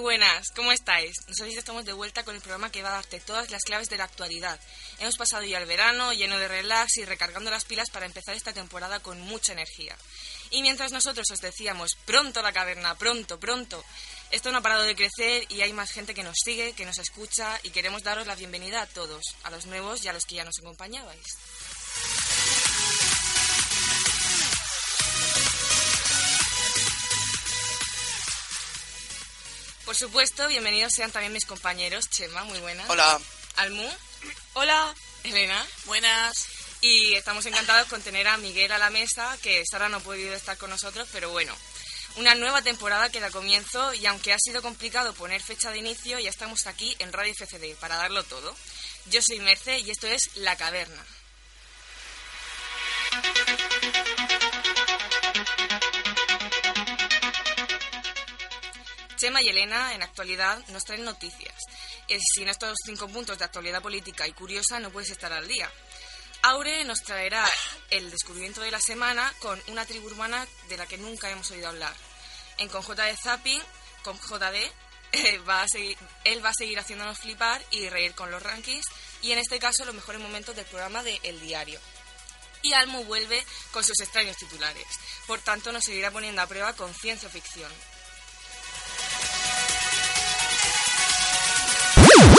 buenas, ¿cómo estáis? Nosotros ya estamos de vuelta con el programa que va a darte todas las claves de la actualidad. Hemos pasado ya el verano lleno de relax y recargando las pilas para empezar esta temporada con mucha energía. Y mientras nosotros os decíamos, pronto la caverna, pronto, pronto, esto no ha parado de crecer y hay más gente que nos sigue, que nos escucha y queremos daros la bienvenida a todos, a los nuevos y a los que ya nos acompañabais. Por supuesto, bienvenidos sean también mis compañeros, Chema, muy buenas. Hola. Almu. Hola. Elena. Buenas. Y estamos encantados con tener a Miguel a la mesa, que Sara no ha podido estar con nosotros, pero bueno. Una nueva temporada que da comienzo y aunque ha sido complicado poner fecha de inicio, ya estamos aquí en Radio FCD para darlo todo. Yo soy Merce y esto es La Caverna. Chema y Elena en actualidad nos traen noticias. Eh, sin estos cinco puntos de actualidad política y curiosa no puedes estar al día. Aure nos traerá el descubrimiento de la semana con una tribu urbana de la que nunca hemos oído hablar. En con de Zapping, con JD, eh, va a seguir- él va a seguir haciéndonos flipar y reír con los rankings y en este caso los mejores momentos del programa de El Diario y Almo vuelve con sus extraños titulares. Por tanto, nos seguirá poniendo a prueba con ciencia ficción.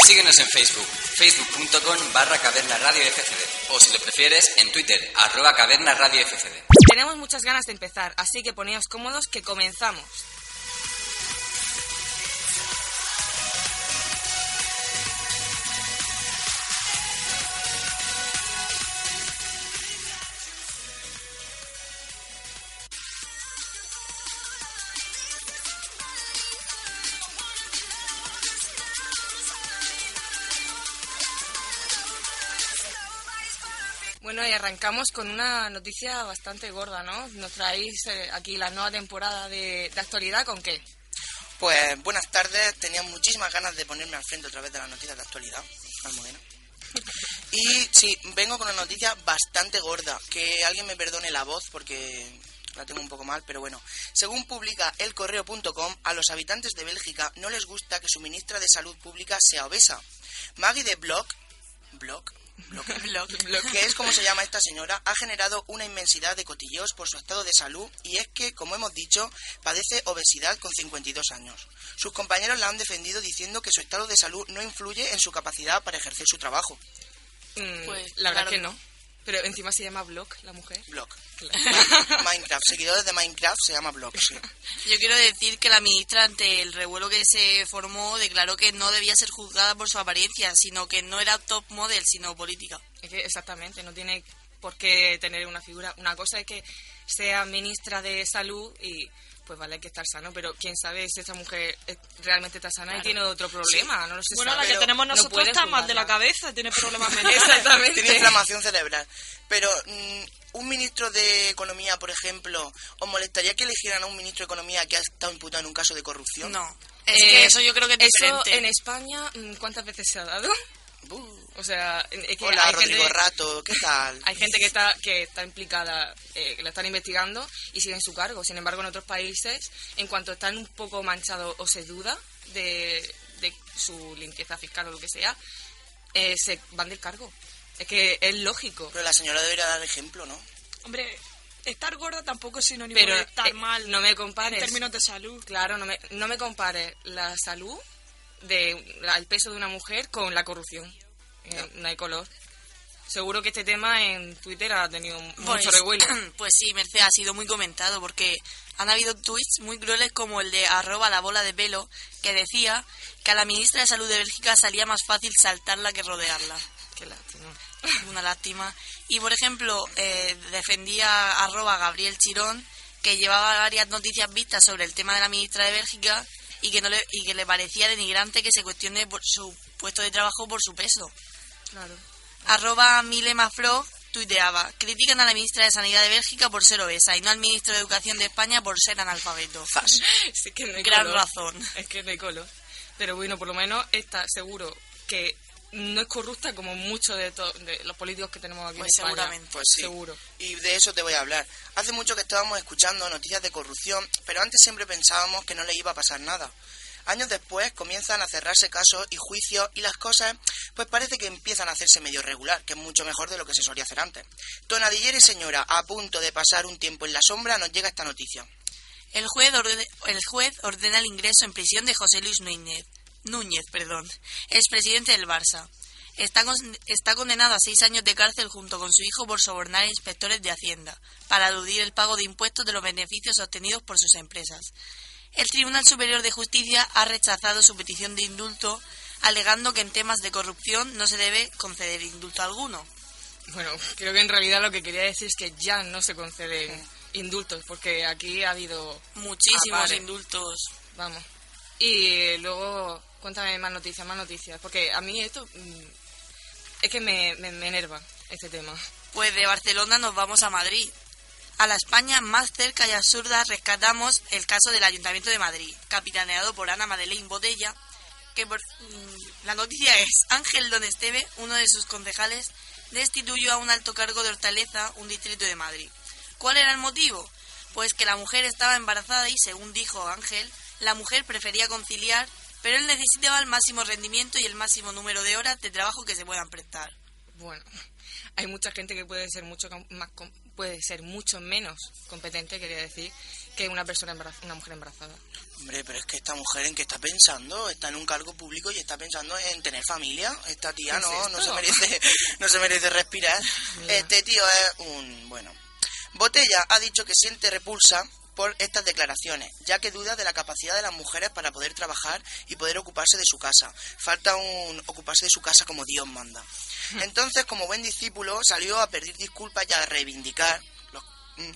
Síguenos en Facebook, facebook.com barra caverna radio FCD o si lo prefieres en Twitter, arroba caverna radio FCD. Tenemos muchas ganas de empezar, así que poneos cómodos que comenzamos. Bueno, y arrancamos con una noticia bastante gorda, ¿no? Nos traéis eh, aquí la nueva temporada de, de actualidad con qué? Pues buenas tardes, tenía muchísimas ganas de ponerme al frente otra vez de las noticias de actualidad, Almudena. Y sí, vengo con una noticia bastante gorda, que alguien me perdone la voz porque la tengo un poco mal, pero bueno. Según publica elcorreo.com, a los habitantes de Bélgica no les gusta que su ministra de Salud Pública sea obesa. Maggie de Bloch, Bloch, Bloch, que es como se llama esta señora, ha generado una inmensidad de cotilleos por su estado de salud y es que, como hemos dicho, padece obesidad con 52 años. Sus compañeros la han defendido diciendo que su estado de salud no influye en su capacidad para ejercer su trabajo. Mm, Pues, la verdad claro. que no. Pero encima se llama Block, la mujer. Block. Claro. Minecraft. Seguidores de Minecraft se llama Block, sí. Yo quiero decir que la ministra, ante el revuelo que se formó, declaró que no debía ser juzgada por su apariencia, sino que no era top model, sino política. Es que exactamente, no tiene por qué tener una figura. Una cosa es que sea ministra de salud y pues vale hay que estar sano, pero quién sabe si esta mujer eh, realmente está sana y tiene otro problema, no lo sé. Bueno, sabe, la que pero tenemos no nosotros puede está mal de la juzgarla. cabeza, tiene problemas mentales. Exactamente. Tiene inflamación cerebral. Pero mm, un ministro de Economía, por ejemplo, ¿os molestaría que eligieran a un ministro de Economía que ha estado imputado en un caso de corrupción? No. Es Eh, que eso yo creo que es eso diferente. en España, mm, ¿cuántas veces se ha dado? Buh. O sea, es que Hola, hay Rodrigo gente... Rato, ¿qué tal? Hay gente que está, que está implicada, eh, que la están investigando y sigue en su cargo. Sin embargo, en otros países, en cuanto están un poco manchados o se duda de, de su limpieza fiscal o lo que sea, eh, se van del cargo. Es que es lógico. Pero la señora debería dar ejemplo, ¿no? Hombre, estar gorda tampoco es sinónimo Pero de estar eh, mal no me en compares. términos de salud. Claro, no me, no me compares la salud, de, la- el peso de una mujer con la corrupción. Eh, no. hay color. Seguro que este tema en Twitter ha tenido Pues, mucho revuelo. pues sí, Merce, ha sido muy comentado porque han habido tweets muy crueles como el de arroba la bola de pelo que decía que a la ministra de Salud de Bélgica salía más fácil saltarla que rodearla. Qué lástima. una lástima. Y por ejemplo, eh, defendía arroba Gabriel Chirón, que llevaba varias noticias vistas sobre el tema de la ministra de Bélgica y que, no le, y que le parecía denigrante que se cuestione por su puesto de trabajo por su peso. Claro. Arroba Mile Mafro tuiteaba, critican a la ministra de Sanidad de Bélgica por ser obesa y no al ministro de Educación de España por ser analfabeto. Sí, que no hay Gran color. razón. Es que no hay color. Pero bueno, por lo menos está seguro que no es corrupta como muchos de, to- de los políticos que tenemos aquí Pues en España. seguramente. Pues sí. Seguro. Y de eso te voy a hablar. Hace mucho que estábamos escuchando noticias de corrupción, pero antes siempre pensábamos que no le iba a pasar nada. Años después comienzan a cerrarse casos y juicios y las cosas pues parece que empiezan a hacerse medio regular, que es mucho mejor de lo que se solía hacer antes. Tonadillera y señora, a punto de pasar un tiempo en la sombra, nos llega esta noticia. El juez, orde- el juez ordena el ingreso en prisión de José Luis Núñez, Núñez perdón, expresidente del Barça. Está, con- está condenado a seis años de cárcel junto con su hijo por sobornar a inspectores de Hacienda para eludir el pago de impuestos de los beneficios obtenidos por sus empresas. El Tribunal Superior de Justicia ha rechazado su petición de indulto, alegando que en temas de corrupción no se debe conceder indulto alguno. Bueno, creo que en realidad lo que quería decir es que ya no se conceden indultos, porque aquí ha habido, Muchísimos Apare. indultos. vamos. Y luego, cuéntame más noticias, más noticias, porque a mí esto mm, es que me, me, me enerva este tema. Pues de Barcelona nos vamos a Madrid. A la España más cerca y absurda rescatamos el caso del Ayuntamiento de Madrid, capitaneado por Ana Madeleine Botella, que por- mm, la noticia es Ángel Don Esteve, uno de sus concejales, destituyó a un alto cargo de Hortaleza, un distrito de Madrid. ¿Cuál era el motivo? Pues que la mujer estaba embarazada y, según dijo Ángel, la mujer prefería conciliar, pero él necesitaba el máximo rendimiento y el máximo número de horas de trabajo que se puedan prestar. Bueno, hay mucha gente que puede ser mucho com- más com- puede ser mucho menos competente, quería decir, que una persona embara- una mujer embarazada. Hombre, pero es que esta mujer en qué está pensando, está en un cargo público y está pensando en tener familia. Esta tía ¿Qué es no, no se esto? merece, no se merece respirar. Mira. Este tío es un bueno. Botella ha dicho que siente repulsa por estas declaraciones, ya que duda de la capacidad de las mujeres para poder trabajar y poder ocuparse de su casa. Falta un ocuparse de su casa como Dios manda. Entonces, como buen discípulo, salió a pedir disculpas y a reivindicar los- mm,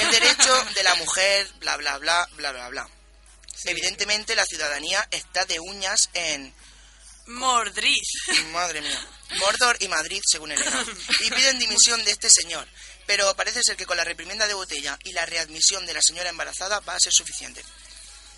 el derecho de la mujer, bla, bla, bla, bla, bla, bla. Evidentemente la ciudadanía está de uñas en, Mordriz. madre mía, Mordor y Madrid, según Elena, y piden dimisión de este señor. Pero parece ser que con la reprimenda de botella y la readmisión de la señora embarazada va a ser suficiente.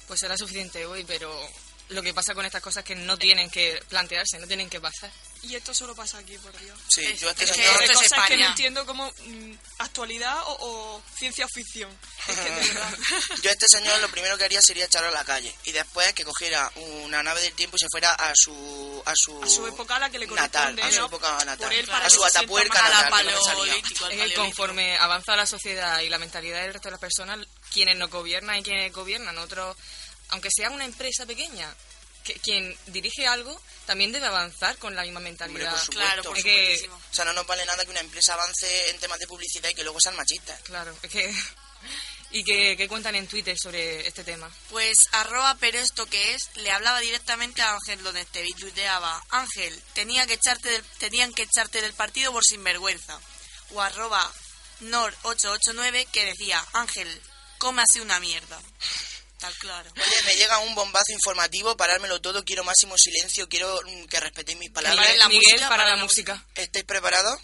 Pues será suficiente hoy, pero lo que pasa con estas cosas es que no tienen que plantearse, no tienen que pasar. Y esto solo pasa aquí, por Dios. Sí, yo a este es que señor... Hay esto es cosas que España. no entiendo como mm, actualidad o, o ciencia ficción. Es que de verdad. Yo a este señor lo primero que haría sería echarlo a la calle y después que cogiera una nave del tiempo y se fuera a su a su, A su época a la que le natal, corresponde, a su ¿no? época natal, Por él para a que su se sienta atapuerca más a la natal, que no me salía. paleolítico, al Es que paleolítico. conforme avanza la sociedad y la mentalidad del resto de las personas, quienes nos gobiernan y quienes gobiernan otros, aunque sea una empresa pequeña, que, quien dirige algo también debe avanzar con la misma por mentalidad. supuesto. Claro, por Es que- supuestísimo. O sea, no nos vale nada que una empresa avance en temas de publicidad y que luego sean machistas. Claro, es que... ¿Y qué, qué cuentan en Twitter sobre este tema? Pues arroba, pero esto que es, le hablaba directamente a Ángel Donesteve y tuiteaba, Ángel, tenía que echarte del- tenían que echarte del partido por sinvergüenza. O arroba nor889 que decía, Ángel, cómase una mierda. Tal claro. Oye, me llega un bombazo informativo, parármelo todo, quiero máximo silencio, quiero mm, que respetéis mis palabras. Miguel, la Miguel, música, para para la la música. ¿Estáis preparados?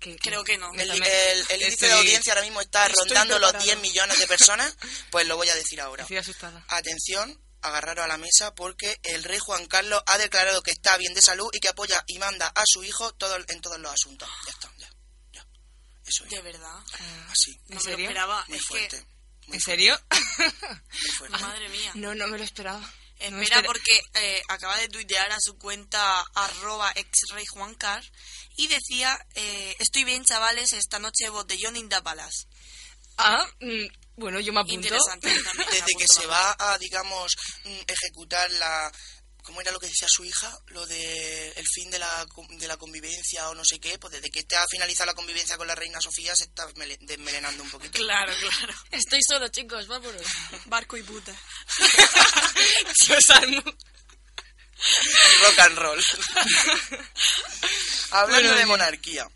¿Qué- qué? Creo que no. El, También. el- el índice de Estoy- audiencia ahora mismo está estoy rondando los preparada. 10 millones de personas, pues lo voy a decir ahora. Estoy asustada. Atención, agarraros a la mesa porque el rey Juan Carlos ha declarado que está bien de salud y que apoya y manda a su hijo todo, en todos los asuntos. Ya está, ya, ya. Eso es. De verdad. Así, No me lo serio? esperaba. muy es fuerte, ¿En serio? muy que, fuerte. madre mía. No, no me lo esperaba. No me Espera espera- porque eh, acaba de tuitear a su cuenta arroba exreyjuancar y decía, eh, estoy bien chavales, esta noche botellón indapalas. Ah, mm, bueno, yo me apunto. Interesante. también, desde me que apunto se va a, digamos, mm, ejecutar la... ¿Cómo era lo que decía su hija? Lo de el fin de la, co- de la convivencia o no sé qué. Pues desde que este ha finalizado la convivencia con la reina Sofía se está mele- desmelenando un poquito. Claro, claro. Estoy solo, chicos, vámonos. Barco y puta. Yo salgo. Rock and roll. Hablando Bueno, de bien. monarquía.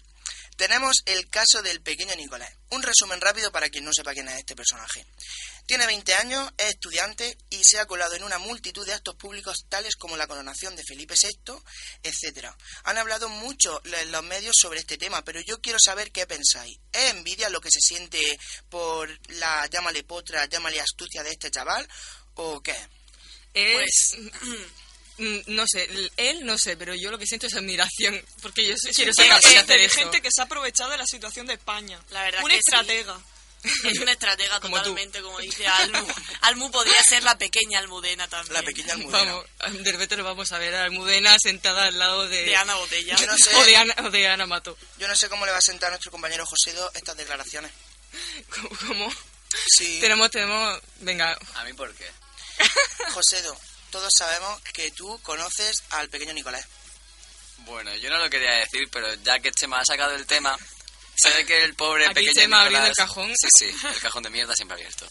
Tenemos el caso del pequeño Nicolás. Un resumen rápido para quien no sepa quién es este personaje. Tiene 20 años, es estudiante y se ha colado en una multitud de actos públicos tales como la coronación de Felipe VI, etcétera. Han hablado mucho lo- en los medios sobre este tema, pero yo quiero saber qué pensáis. ¿Es envidia lo que se siente por la llámale potra, llámale astucia de este chaval o qué? Es... mm, No sé, l- él no sé, pero yo lo que siento es admiración, porque yo soy- quiero ser Gente capaz de hacer inteligente eso. que se ha aprovechado de la situación de España. La verdad Un que sí. estratega. Es una estratega Como tú. totalmente, como dice Almu. Almu podría ser la pequeña Almudena también. La pequeña almudena. Vamos, de repente lo vamos a ver a Almudena sentada al lado de... De Ana Botella. Yo no sé. O de Ana, o de Ana Mato. Yo no sé cómo le va a sentar a nuestro compañero Josedo estas declaraciones. Como, como- Sí, tenemos, tenemos... Venga, ¿A mí por qué? Josedo, todos sabemos que tú conoces al pequeño Nicolás. Bueno, yo no lo quería decir, pero ya que Chema ha sacado el tema, sabe que el pobre Aquí pequeño Chema abriendo Nicolás- el cajón. Sí, sí, el cajón de mierda siempre abierto.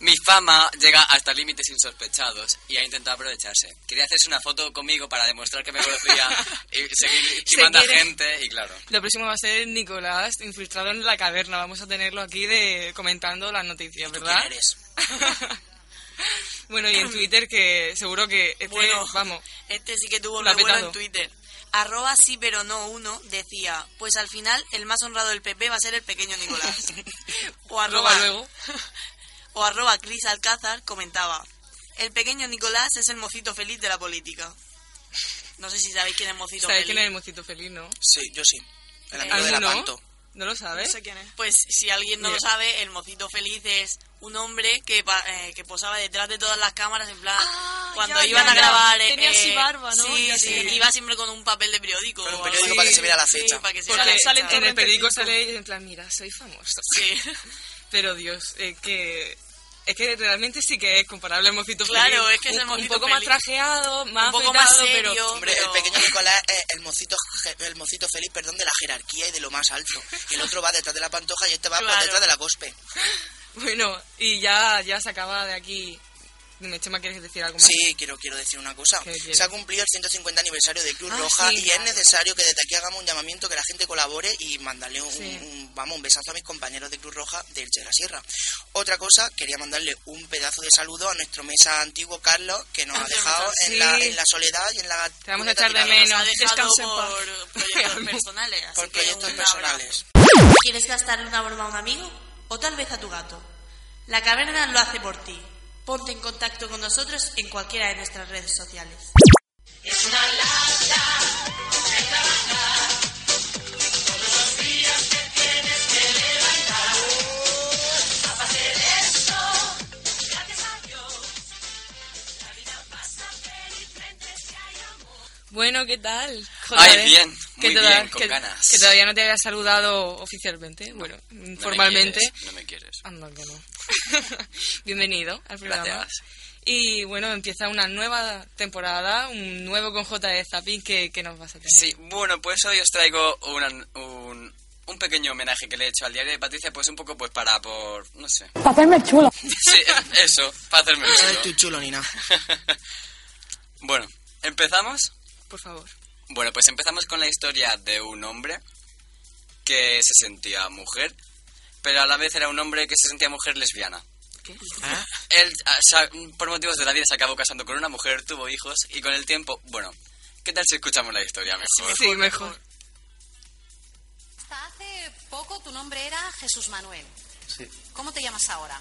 Mi fama llega hasta límites insospechados y ha intentado aprovecharse. Quería hacerse una foto conmigo para demostrar que me conocía y seguir Se timando a quiere. gente y claro. lo próximo va a ser Nicolás infiltrado en la caverna. Vamos a tenerlo aquí de comentando las noticias, ¿Tú ¿verdad? quién eres? Bueno, y en Twitter que seguro que... este- Bueno. vamos. Este sí que tuvo un Lo ha revuelo petado. en Twitter. Arroba sí pero no uno decía, pues al final el más honrado del PP va a ser el pequeño Nicolás. o arroba Arroba luego. O arroba Cris Alcázar comentaba, el pequeño Nicolás es el mocito feliz de la política. No sé si sabéis quién es mocito ¿Sabéis feliz. quién es el mocito feliz, no? Sí, yo sí. El amigo de la ¿Alguno? Panto. ¿No lo No sabes? sé quién es. Pues si alguien no Mira. lo sabe, el mocito feliz es un hombre que, pa- eh, que posaba detrás de todas las cámaras, en plan, Ah, cuando ya, iban ya, a ya. grabar... eh, Tenía así eh, barba, ¿no? Sí, Ya sé sí, quién es. iba siempre con un papel de periódico. Con un o periódico algo para que así. se viera la Sí, fecha. para que se Porque vea la sale fecha. en el torrente periódico fijo. sale y en plan, mira, soy famoso. Sí. Pero Dios, es que, es que realmente sí que es comparable al mocito Claro, feliz. es que es el Un- Un mocito poco más feliz. trajeado, más Un poco más afeitado, serio. pero... Hombre, pero- el pequeño Nicolás es el mocito, je- el mocito feliz, perdón, de la jerarquía y de lo más alto. Y el otro va detrás de la pantoja y este va por Claro. detrás de la cospe. Bueno, y ya, ya se acaba de aquí. Dime, Chema, ¿quieres decir algo más? Sí, quiero, quiero decir una cosa. ¿Qué quieres? Se ha cumplido el 150 aniversario de Cruz Ah, Roja sí, y claro. es necesario que desde aquí hagamos un llamamiento, que la gente colabore y mandarle un, Sí. un- vamos, un besazo a mis compañeros de Cruz Roja de Elche de la Sierra. Otra cosa, quería mandarle un pedazo de saludo a nuestro mesa antiguo, Carlos, que nos ha dejado sí. en, la, en la soledad y en la... Te vamos a cuneta echar de tirada. menos. ha dejado Descansa en por paz. proyectos personales. así Por que proyectos un personales. abrazo. ¿Quieres gastarle una broma a un amigo? O tal vez a tu gato. La caverna lo hace por ti. Ponte en contacto con nosotros en cualquiera de nuestras redes sociales. Bueno, ¿qué tal? ¿eh? Ay, bien, Que muy toda- bien, con que- ganas. Que todavía no te había saludado oficialmente, bueno, No formalmente. Me quieres, no me quieres. Anda, que no. Bienvenido al programa. Gracias. Y bueno, empieza una nueva temporada, un nuevo con J de Zapin que, que nos vas a tener. Sí, bueno, pues hoy os traigo una- un, un pequeño homenaje que le he hecho al diario de Patricia, pues un poco pues para, por, no sé. Para hacerme el chulo. Sí, eso, para hacerme el No chulo. eres tú chulo ni nada. Bueno, ¿empezamos? Por favor. Bueno, pues empezamos con la historia de un hombre que se sentía mujer, pero a la vez era un hombre que se sentía mujer lesbiana. ¿Ah? Él, ah, sa- por motivos de la vida, se acabó casando con una mujer, tuvo hijos y con el tiempo, bueno, ¿qué tal si escuchamos la historia mejor? Sí, mejor. Hasta hace poco tu nombre era Jesús Manuel. Sí, ¿Cómo te llamas ahora?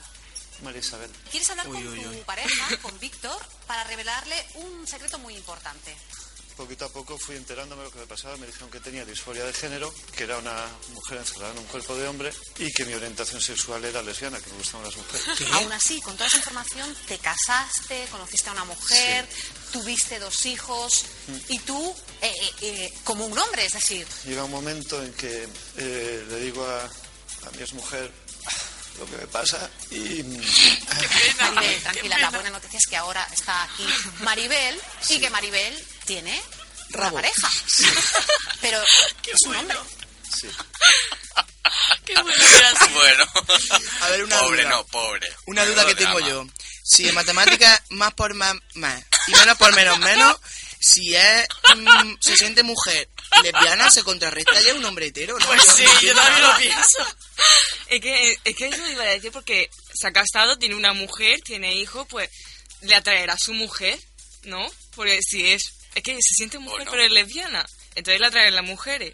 María Isabel. ¿Quieres hablar Uy, con uy, tu uy. pareja, con Víctor, para revelarle un secreto muy importante? Poquito a poco fui enterándome de lo que me pasaba. Me dijeron que tenía disforia de género, que era una mujer encerrada en un cuerpo de hombre y que mi orientación sexual era lesbiana, que me gustaban las mujeres. Aún así, con toda esa información, te casaste, conociste a una mujer, tuviste dos hijos Mm. y tú, eh, eh, eh, como un hombre, es decir, Llega un momento en que eh, le digo a, a mi exmujer lo que me pasa y mm, Maribel, tranquila, la buena noticia es que ahora está aquí Maribel y que Maribel tiene Rabo. una pareja. Pero es un hombre. sí. bueno, A ver, una pobre duda. no, pobre. Una duda que Menudo tengo drama. yo. Si en matemáticas más por más, más y menos por menos, menos, si es mm, se siente mujer lesbiana, se contrarresta ya un hombre hetero. ¿no? Pues No sí, yo entiendo también nada. lo pienso. Es que, eh, es que eso iba a decir porque se ha casado, tiene una mujer, tiene hijo, pues le atraerá a su mujer, ¿no? Porque si es. Es que se siente mujer, no. pero es lesbiana. Entonces le atraen las mujeres.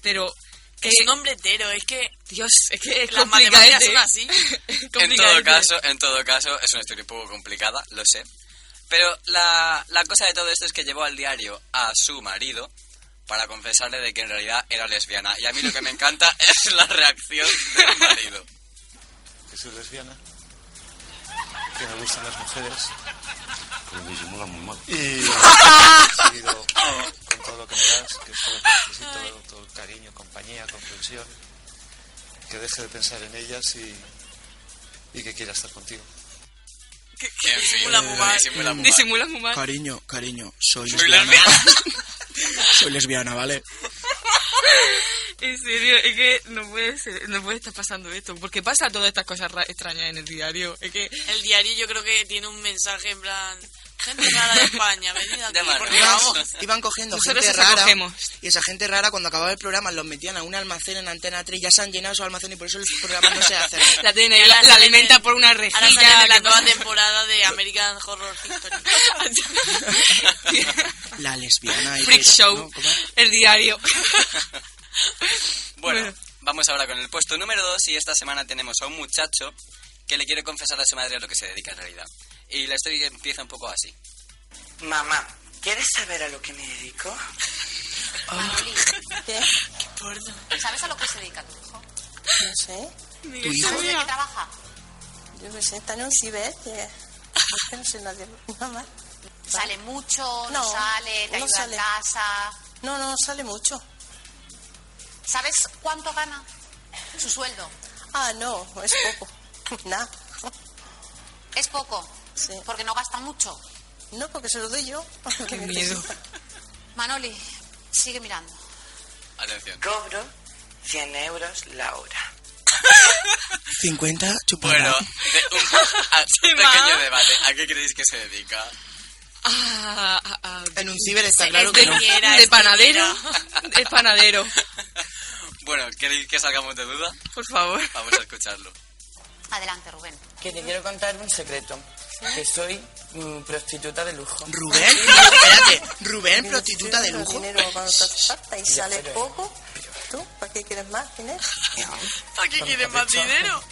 Pero. Que, Es un hombre entero, es que Dios, es que es Las complicadete. matemáticas son así. Es En todo complicadete. caso, en todo caso, es una historia un poco complicada, lo sé. Pero la, la cosa de todo esto es que llevó al diario a su marido para confesarle de que en realidad era lesbiana. Y a mí lo que me encanta es la reacción del marido. que soy lesbiana, que me gustan las mujeres. Pero lo disimula muy mal. Y seguido con todo lo que me das, que es todo lo que necesito, todo el cariño, compañía, comprensión, que deje de pensar en ellas y, y que quiera estar contigo. En fin, Disimula muy mal. disimula muy mal. Disimula muy mal. Cariño, cariño, soy Soy lesbiana. lesbiana. Soy lesbiana, ¿vale? En serio, es que no puede, ser- no puede estar pasando esto. Porque pasa todas estas cosas ra- extrañas en el diario. Es que El diario yo creo que tiene un mensaje en plan... Gente rara de España, venid aquí, Llama, por ¿no? favor. Vamos. Iban cogiendo Nosotros gente os rara. acogemos. Y esa gente rara, cuando acababa el programa, los metían a un almacén en Antena 3. Ya se han llenado esos almacenes y por eso el programa no se hace. La tiene ahí, la, la alimenta por una Ahora sale rejilla. la, la nueva cosa- temporada de American Horror History. La lesbiana. y Freak que- Show. ¿no? ¿Cómo? El diario. Bueno, vamos ahora con el puesto número 2 y esta semana tenemos a un muchacho que le quiere confesar a su madre a lo que se dedica en realidad. Y la historia empieza un poco así. Mamá, ¿quieres saber a lo que me dedico? Ah. Manolín, ¿Sabes a lo que se dedica tu hijo? No sé, ¿Tu hijo? ¿Sabes de qué trabaja? yo me sé, está en un ciber. que- que no sé nada de mamá. ¿Sale mucho? ¿No, No, sale? ¿Te no ayuda sale. en casa? No, no, sale mucho. ¿Sabes cuánto gana? Su sueldo. Ah, no, es poco. Nada. Es poco. Sí. Porque no gasta mucho. No, porque se lo doy yo. Qué miedo. Manoli, sigue mirando. Atención. Cobro 100 euros la hora. 50 chupada. Bueno, de- un a- pequeño debate. ¿A qué creéis que se dedica? Ah, ah, ah. En un ciber está claro que de, no. de panadero. Es panadero. Bueno, ¿queréis que salgamos de duda? Por favor. Vamos a escucharlo. Adelante, Rubén. Que te quiero contar un secreto. Que soy mm, prostituta de lujo. Rubén, espérate, Rubén, prostituta de lujo. cuando y sale poco. ¿Tú? ¿Para qué quieres más dinero? ¿Para qué quieres más dinero?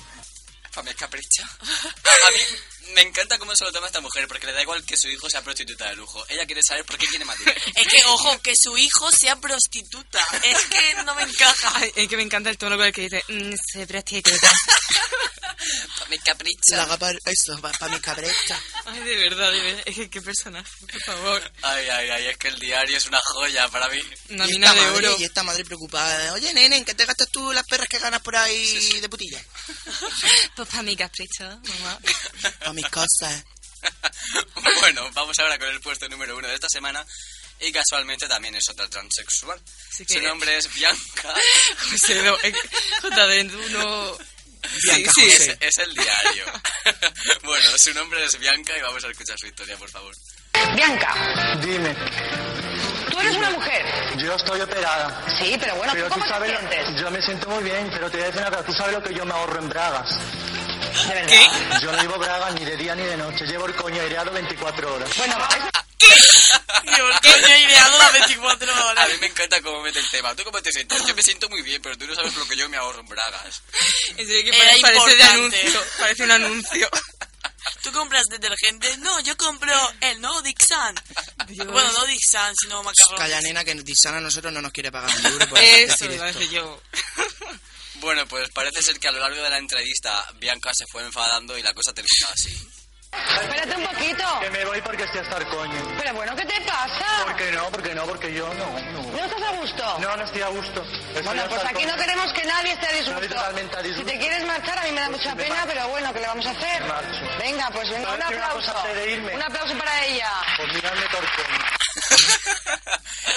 Para mi Pues capricho. A mí me encanta cómo se lo toma esta mujer, porque le da igual que su hijo sea prostituta de lujo. Ella quiere saber por qué tiene más dinero. Es que, ojo, que su hijo sea prostituta. Es que no me encaja. Ay, es que me encanta el tono con el que dice, mm, se prostituta. Para mi capricho. La gapa, esto, para mi cabreta. Ay, de verdad, de verdad. Es que qué personaje, por favor. Ay, ay, ay, es que el diario es una joya para mí. Una y mina esta de madre, oro. Y esta madre preocupada. Oye, nene, ¿en qué te gastas tú las perras que ganas por ahí de putilla? Pues para mi capricho, mamá. Para mis cosas. bueno, vamos ahora con el puesto número uno de esta semana. Y casualmente también es otra transexual. Sí que- Su nombre es Bianca. José, no, es que- JD, tú no... Sí, sí. Es, es el diario. bueno, su nombre es Bianca y vamos a escuchar su historia, por favor. Bianca, Dime, tú eres una mujer. yo estoy operada. Sí, pero bueno, Pero ¿tú tú cómo te sabes, sientes? yo me siento muy bien, pero te voy a decir una cosa, tú sabes lo que yo me ahorro en bragas. De verdad. Yo no llevo bragas ni de día ni de noche, llevo el coño aireado 24 horas. Ah, Bueno, Yo he ideado las 24 A horas. mí me encanta cómo mete el tema. ¿Tú cómo te sientes? Yo me siento muy bien, pero tú no sabes lo que yo me ahorro en bragas. En serio, que Era pare- parece de importante. anuncio. Parece un anuncio. ¿Tú compras detergente? No, yo compro el no Dixan. Bueno, no Dixan, sino macarrón. Calla, nena, que Dixana a nosotros no nos quiere pagar un duro por Eso, decir lo esto. hace yo. Bueno, pues parece ser que a lo largo de la entrevista Bianca se fue enfadando y la cosa terminó así. espérate un poquito. Que me voy porque estoy hasta el coño. Pero bueno, ¿qué te pasa? ¿Por qué no? Porque no, porque yo no. No, ¿No estás a gusto? no, no estoy a gusto. Estoy Bueno, hasta pues el aquí coño. no queremos que nadie esté a Nadie disgusto. totalmente a Si disgusto. Pues te quieres marchar, a mí me da mucha me pena, marcho. pero bueno, ¿qué le vamos a hacer? Me marcho. Venga, pues venga, un ¿Sabes qué me da aplauso. cosa hacer de irme? Un aplauso para ella. Pues mírame torcón.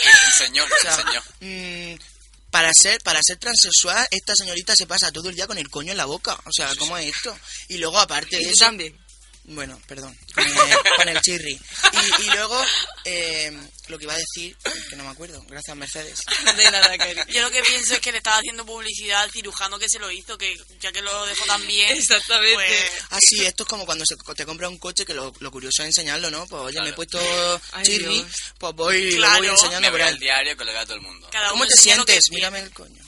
El señor, el señor. Mm, para ser para ser transexual esta señorita se pasa todo el día con el coño en la boca o sea cómo es esto y luego aparte de Y tú eso también. bueno perdón con el, con el chirri y, y luego eh, lo que iba a decir que no me acuerdo gracias Mercedes De nada, Cari. Yo lo que pienso es que le estaba haciendo publicidad al cirujano que se lo hizo, que ya que lo dejó tan bien. Exactamente. pues- Ah, sí, esto es como cuando se- te compra un coche que lo, lo curioso es enseñarlo, ¿no? Pues oye, me he puesto Ay, chirri, Dios. pues voy, lo Claro, voy enseñando Me por voy al ahí. diario que lo vea todo el mundo. Cada ¿Cómo uno te enseña lo que sientes? tiene. Mírame el coño.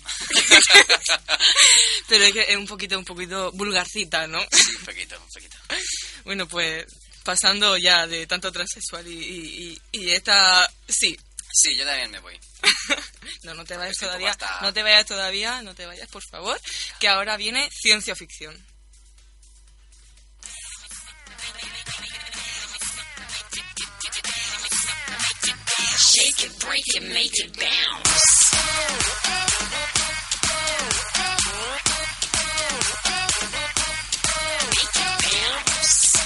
Pero es que es un poquito, un poquito vulgarcita, ¿no? Un poquito, un poquito. Bueno, pues pasando ya de tanto transexual y, y, y- y esta... Sí. Sí, yo también me voy. No, no te vayas El tiempo todavía. va hasta- No te vayas todavía, no te vayas, por favor. Que ahora viene ciencia ficción. shake it, break it, make it bounce. Make it bounce.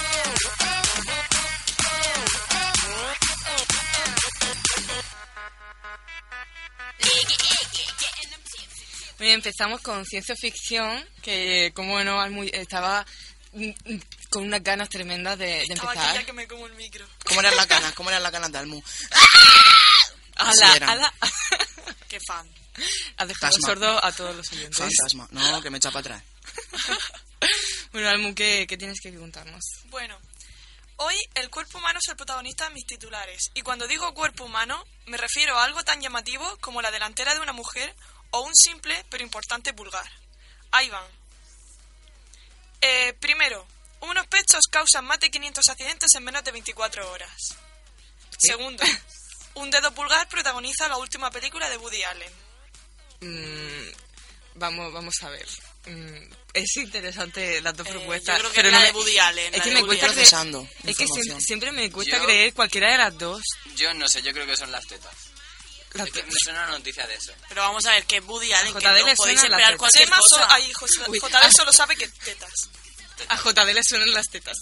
Bien, empezamos con ciencia ficción, que como no, al muy- estaba mm, mm, con unas ganas tremendas de, de Estaba empezar. aquí ya que me como el micro. ¿Cómo eran las ganas? ¿Cómo eran las ganas de Almu? Así Ala, eran. ala. Qué fan. Ha dejado Fantasma. sordo a todos los oyentes. Fantasma. Ah. No, que me echa para atrás. Bueno, Almu, ¿qué, qué tienes que contarnos? Bueno, hoy el cuerpo humano es el protagonista de mis titulares. Y cuando digo cuerpo humano, me refiero a algo tan llamativo como la delantera de una mujer o un simple pero importante pulgar. Ahí van. Eh, primero, unos pechos causan más de 500 accidentes en menos de 24 horas. Segundo, un dedo pulgar protagoniza la última película de Woody Allen. Mm, vamos, vamos a ver. Mm, es interesante las dos propuestas. Eh, yo creo que pero la no de me- Woody Allen, Es la que de me Woody cuesta Allen. creer- Procesando Es que información. siem- siempre me cuesta Yo- creer cualquiera de las dos. Yo no sé, yo creo que son las tetas. Las Es que me suena una noticia de eso. Pero vamos a ver, que Woody Allen, que JD no le podéis suenan las esperar tetas. cualquier Emma so- cosa. ay, José- Uy. JD Ah. solo sabe que tetas. A JD le suenan las tetas.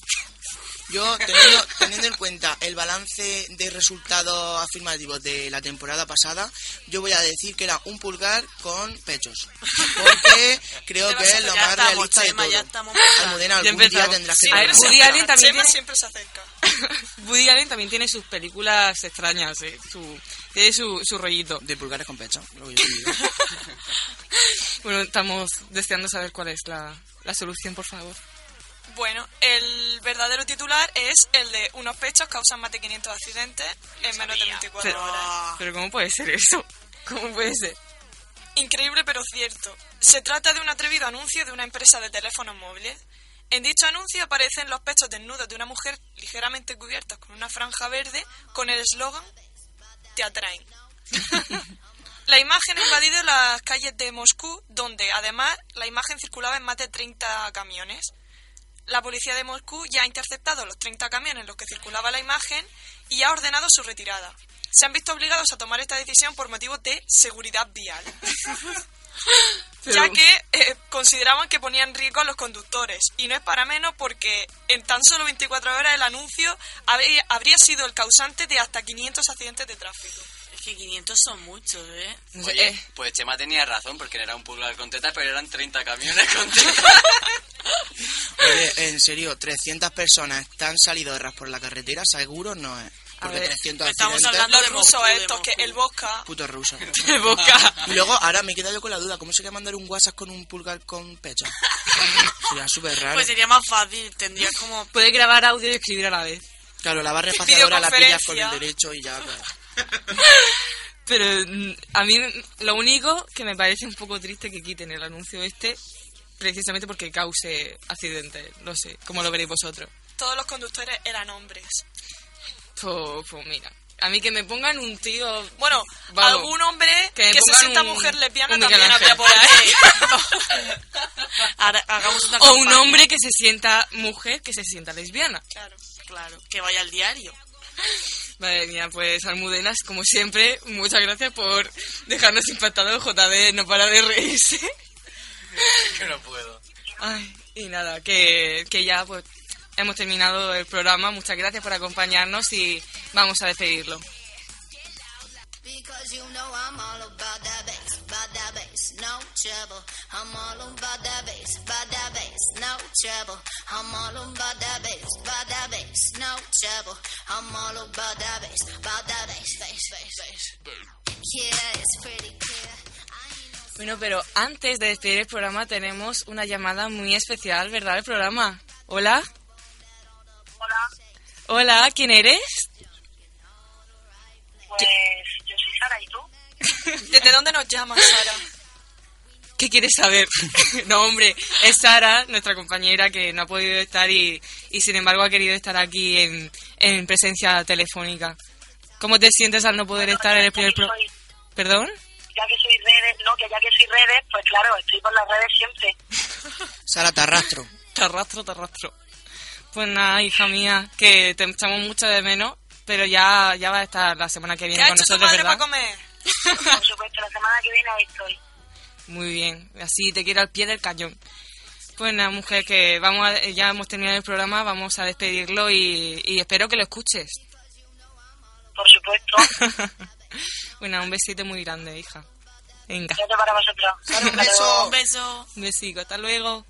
Yo, teniendo, teniendo en cuenta el balance de resultados afirmativos de la temporada pasada, yo voy a decir que era un pulgar con pechos. Porque creo que es lo Ya más estamos, realista de Chema, todo. ya estamos. Almudena, Ya algún día empezamos. tendrás que... Sí, A ver, Woody prepararte. Allen también Chema tiene- siempre se acerca. Woody Allen también tiene sus películas extrañas, ¿eh? Su, tiene su, su rollito. De pulgares con pecho. bueno, estamos deseando saber cuál es la, la solución, por favor. Bueno, el verdadero titular es el de unos pechos causan más de 500 accidentes en menos de 24 Pero, horas. pero ¿cómo puede ser eso? ¿Cómo puede ser? Increíble pero cierto. Se trata de un atrevido anuncio de una empresa de teléfonos móviles. En dicho anuncio aparecen los pechos desnudos de una mujer ligeramente cubiertos con una franja verde con el eslogan Te atraen. la imagen ha invadido las calles de Moscú, donde además la imagen circulaba en más de 30 camiones. La policía de Moscú ya ha interceptado los 30 camiones en los que circulaba la imagen y ha ordenado su retirada. Se han visto obligados a tomar esta decisión por motivos de seguridad vial, ya Pero- que eh, consideraban que ponían en riesgo a los conductores. Y no es para menos porque en tan solo 24 horas el anuncio habría, habría sido el causante de hasta 500 accidentes de tráfico. Es que 500 son muchos, ¿eh? Oye, pues Chema tenía razón porque no era un pulgar con tetas, pero eran 30 camiones con tetas. Oye, en serio, 300 personas tan salidorras por la carretera, seguro no es. Porque ver, 300 estamos accidentes- hablando de rusos estos, que el Bosca... Puto ruso. El boca. Y luego, ahora me he quedado yo con la duda, ¿cómo sería mandar un WhatsApp con un pulgar con pecho? Sería súper raro. Pues sería más fácil, tendría como... Puede grabar audio y escribir a la vez. Claro, la barra espaciadora la pillas con el Videoconferencia. derecho y ya. pues. Pero mm, a mí lo único que me parece un poco triste que quiten el anuncio este precisamente porque cause accidentes. No sé, como lo veréis vosotros. Todos los conductores eran hombres. Pues, pues mira, a mí que me pongan un tío... Bueno, vago, algún hombre que, me se pongan sienta un- mujer lesbiana un también Miguel había Ángel. por ahí. Ahora hagamos una O un campaña. hombre que se sienta mujer, que se sienta lesbiana. Claro, claro. Que vaya al diario. Madre mía, pues Almudenas, como siempre, muchas gracias por dejarnos impactados. JD no para de reírse. que no puedo. Ay, y nada, que, que ya pues hemos terminado el programa. Muchas gracias por acompañarnos y vamos a despedirlo. Because you know I'm all about that bass, about that bass, no trouble. I'm all about that bass, about that bass, no trouble. I'm all about that bass, about that bass, no trouble. I'm all about that bass, about that bass, bass, bass, bass. Yeah, it's pretty clear. Bueno, pero antes de despedir el programa tenemos una llamada muy especial, ¿verdad? El programa. Hola. Hola, Hola, ¿quién eres? pues yo soy Sara y tú. ¿Desde dónde nos llamas, Sara? Eh, ¿Qué quieres saber? no, hombre, es Sara, nuestra compañera que no ha podido estar y, y sin embargo ha querido estar aquí en, en presencia telefónica. ¿Cómo te sientes al no poder estar en el primer programa? soy- ¿Perdón? Ya que soy redes, no, que ya que soy redes, pues claro, estoy por las redes siempre. Sara, te arrastro. Te arrastro, te arrastro. Pues nada, hija mía, que te echamos mucho de menos, Pero ya, ya va a estar la semana que viene ¿Qué ha con hecho tu nosotros, madre ¿verdad? para comer? Por supuesto, la semana que viene ahí estoy. Muy bien, así te quiero al pie del cañón. Pues nada, mujer, que vamos a- ya hemos terminado el programa, vamos a despedirlo y, y espero que lo escuches. Por supuesto. Bueno, Pues un besito muy grande, hija. Venga. Beso para vosotros. un beso. Un beso. Un besico, hasta luego.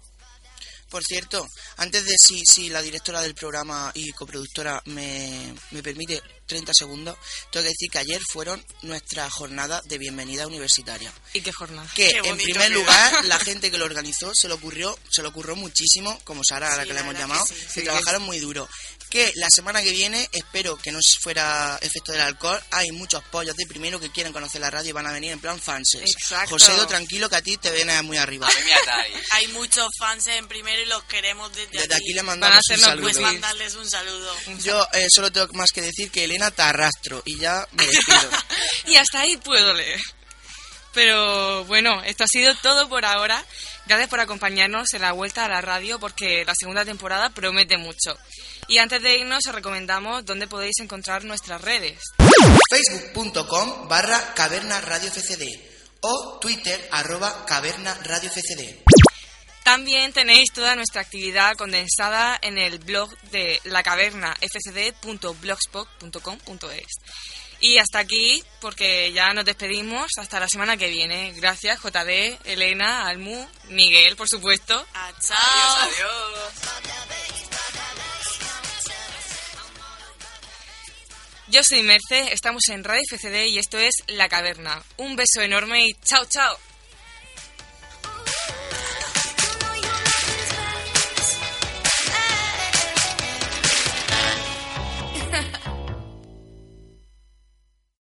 Por cierto, antes de si, si la directora del programa y coproductora me, me permite 30 segundos, tengo que decir que ayer fueron nuestra jornada de bienvenida universitaria. Y qué jornada. Que Qué en bonito primer que lugar era. la gente que lo organizó se lo ocurrió, se lo ocurrió muchísimo, como Sara a la Sí, que la la hemos verdad llamado, que sí. que Sí, que- trabajaron muy duro. Que la semana que viene, espero que no fuera efecto del alcohol, hay muchos pollos de primero que quieren conocer la radio y van a venir en plan fanses. Exacto. Josedo, tranquilo que a ti te viene muy arriba. Hay muchos fans en primero y los queremos desde, Desde aquí le mandamos Van a un hacernos saludo. Pues whisky. mandarles un saludo. Yo eh, solo tengo más que decir que Elena te arrastro y ya me despido. Y hasta ahí puedo leer. Pero bueno, esto ha sido todo por ahora. Gracias por acompañarnos en la vuelta a la radio porque la segunda temporada promete mucho. Y antes de irnos os recomendamos dónde podéis encontrar nuestras redes. Facebook.com barra Caverna Radio FCD o Twitter arroba Caverna Radio FCD. También tenéis toda nuestra actividad condensada en el blog de lacavernafcd.blogspot.com.es. Y hasta aquí, porque ya nos despedimos hasta la semana que viene. Gracias, JD, Elena, Almu, Miguel, por supuesto. Chao. Yo soy Merce, estamos en Radio FCD y esto es La Caverna. Un beso enorme y chao, chao.